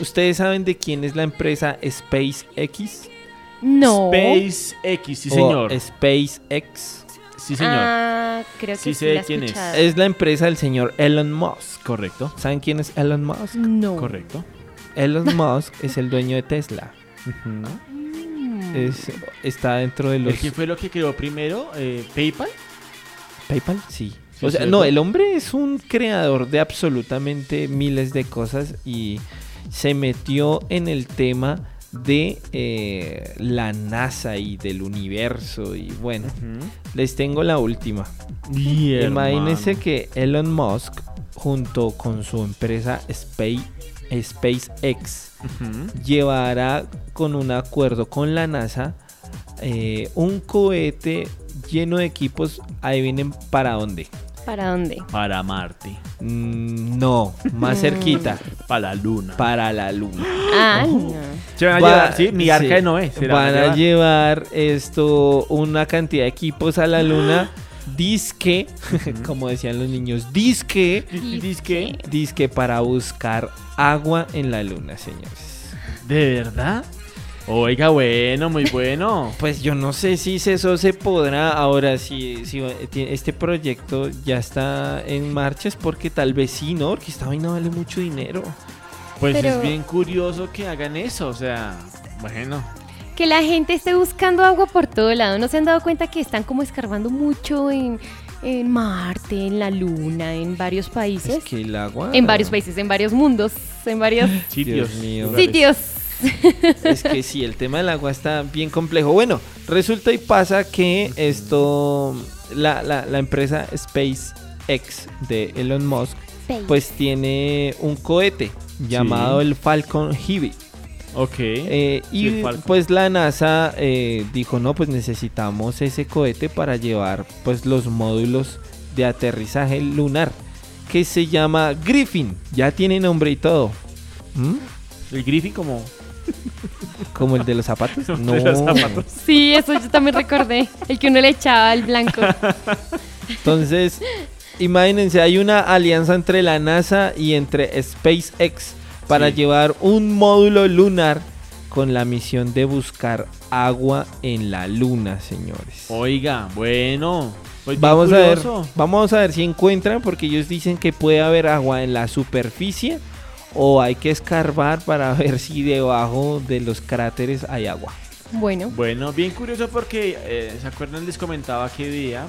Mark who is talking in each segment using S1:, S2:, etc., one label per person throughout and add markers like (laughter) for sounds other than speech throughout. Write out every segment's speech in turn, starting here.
S1: ¿Ustedes saben de quién es la empresa SpaceX?
S2: No.
S3: SpaceX, sí señor.
S1: O SpaceX.
S3: Sí señor.
S2: Ah, creo que
S3: Sí
S2: sí,
S3: sé
S2: la he
S3: quién es.
S2: escuchado.
S1: Es la empresa del señor Elon Musk.
S3: Correcto.
S1: ¿Saben quién es Elon Musk?
S2: No.
S3: Correcto.
S1: Elon Musk es el dueño de Tesla.
S2: Mm.
S1: Es- está dentro de los
S3: ¿El ¿Quién fue lo que creó primero? Eh, ¿PayPal?
S1: PayPal, sí.
S3: Sí,
S1: O sea,
S3: ¿cierto?
S1: no, el hombre es un creador de absolutamente miles de cosas y se metió en el tema de eh, la NASA y del universo y bueno, les tengo la última. Imagínense que Elon Musk junto con su empresa Space, SpaceX llevará con un acuerdo con la NASA eh, un cohete lleno de equipos. Ahí vienen para dónde.
S2: ¿Para dónde?
S3: Para Marte.
S1: Mm, no, más
S2: Mm.
S1: cerquita,
S3: Para la Luna.
S1: para la Luna.
S2: Ah, no.
S3: Se van a
S1: Va-
S3: llevar, sí, mi arca
S1: sí.
S3: de Noé. se la
S1: Van a
S3: llevar.
S1: llevar esto, una cantidad de equipos a la
S3: (gasps)
S1: Luna. Disque, (laughs) como decían los niños, disque,
S3: Y dice que,
S1: disque para buscar agua en la Luna, señores.
S3: ¿de verdad? Oiga, bueno, muy bueno.
S1: Pues yo no sé si eso se podrá. Ahora, si, si ti- este proyecto ya está en marcha, es porque tal vez sí, ¿no? Porque esta vaina vale mucho dinero.
S3: Pues es
S2: Pero-
S3: bien curioso que hagan eso, o sea, bueno.
S2: Que la gente esté buscando agua por todo lado. ¿No se han dado cuenta que están como escarbando mucho en, en Marte, en la Luna, en varios países?
S1: Es que el
S3: ah.
S1: agua.
S2: En varios países, en varios mundos, en
S3: (laughs)
S2: varios
S3: Sitios.
S1: mío.
S3: lugares.
S2: sitios.
S1: (laughs) Es que sí, el tema del agua está bien complejo. Bueno, resulta y pasa que esto. La, la, la empresa SpaceX de Elon Musk, pues tiene un cohete llamado el Falcon Heavy.
S3: Ok.
S1: Eh,
S3: Sí, el
S1: y
S3: Falcon.
S1: pues la NASA eh, dijo, no, pues necesitamos ese cohete para llevar pues los módulos de aterrizaje lunar, que se llama Griffin, ya tiene nombre y todo. ¿Mm?
S3: El Griffin como
S1: Como el de los
S3: (laughs)
S1: zapatos.
S3: de
S1: No.
S3: los zapatos.
S2: Sí, eso yo también recordé. El que uno le echaba al
S3: (laughs)
S2: blanco.
S1: Entonces, imagínense, hay una alianza entre la NASA y entre SpaceX para
S3: Sí.
S1: llevar un módulo lunar con la misión de buscar agua en la luna, señores.
S3: Oiga, bueno. pues bien
S1: Vamos a ver,
S3: curioso.
S1: vamos a ver si encuentran, porque ellos dicen que puede haber agua en la superficie o hay que escarbar para (laughs) ver si debajo de los cráteres hay agua.
S2: Bueno,
S3: Bueno, bien curioso porque, eh, ¿se acuerdan? Les comentaba que día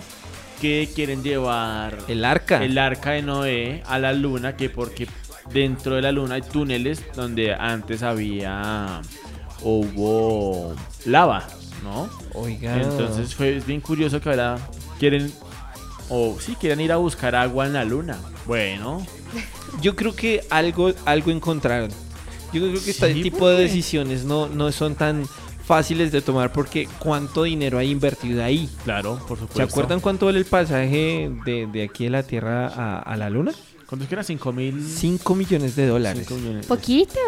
S3: que quieren llevar
S1: El arca.
S3: el arca de Noé a la luna, que porque dentro de la luna hay túneles donde antes había o hubo lava, ¿no?
S1: Oiga.
S3: Entonces fue es bien curioso que ahora quieren o sí quieren ir a buscar agua en la luna. Bueno,
S1: yo creo que algo, algo encontraron. Yo creo que este
S3: Sí,
S1: tipo
S3: ¿por
S1: de
S3: qué?
S1: decisiones no, no son tan fáciles de tomar porque cuánto dinero hay invertido ahí.
S3: claro, por supuesto.
S1: ¿Se acuerdan cuánto vale el pasaje de, de aquí de la Tierra a, a la Luna?
S3: ¿Cuánto es que era? ¿Cinco mil?
S1: 5 millones de dólares.
S3: Cinco millones.
S2: poquito.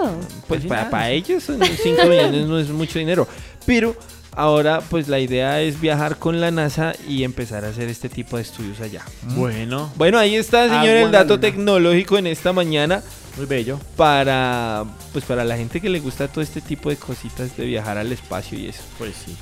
S1: Pues
S3: Casi
S1: para,
S3: nada.
S1: para ellos 5 millones no es mucho dinero. Pero ahora pues la idea es viajar con la NASA y empezar a hacer este tipo de estudios allá.
S3: Bueno,
S1: Ah, Bueno, ahí está, señor,
S3: Agua en
S1: el
S3: la
S1: dato
S3: luna.
S1: tecnológico en esta mañana
S3: muy bello.
S1: para pues para la gente que le gusta todo este tipo de cositas de viajar al espacio y eso.
S3: Pues sí.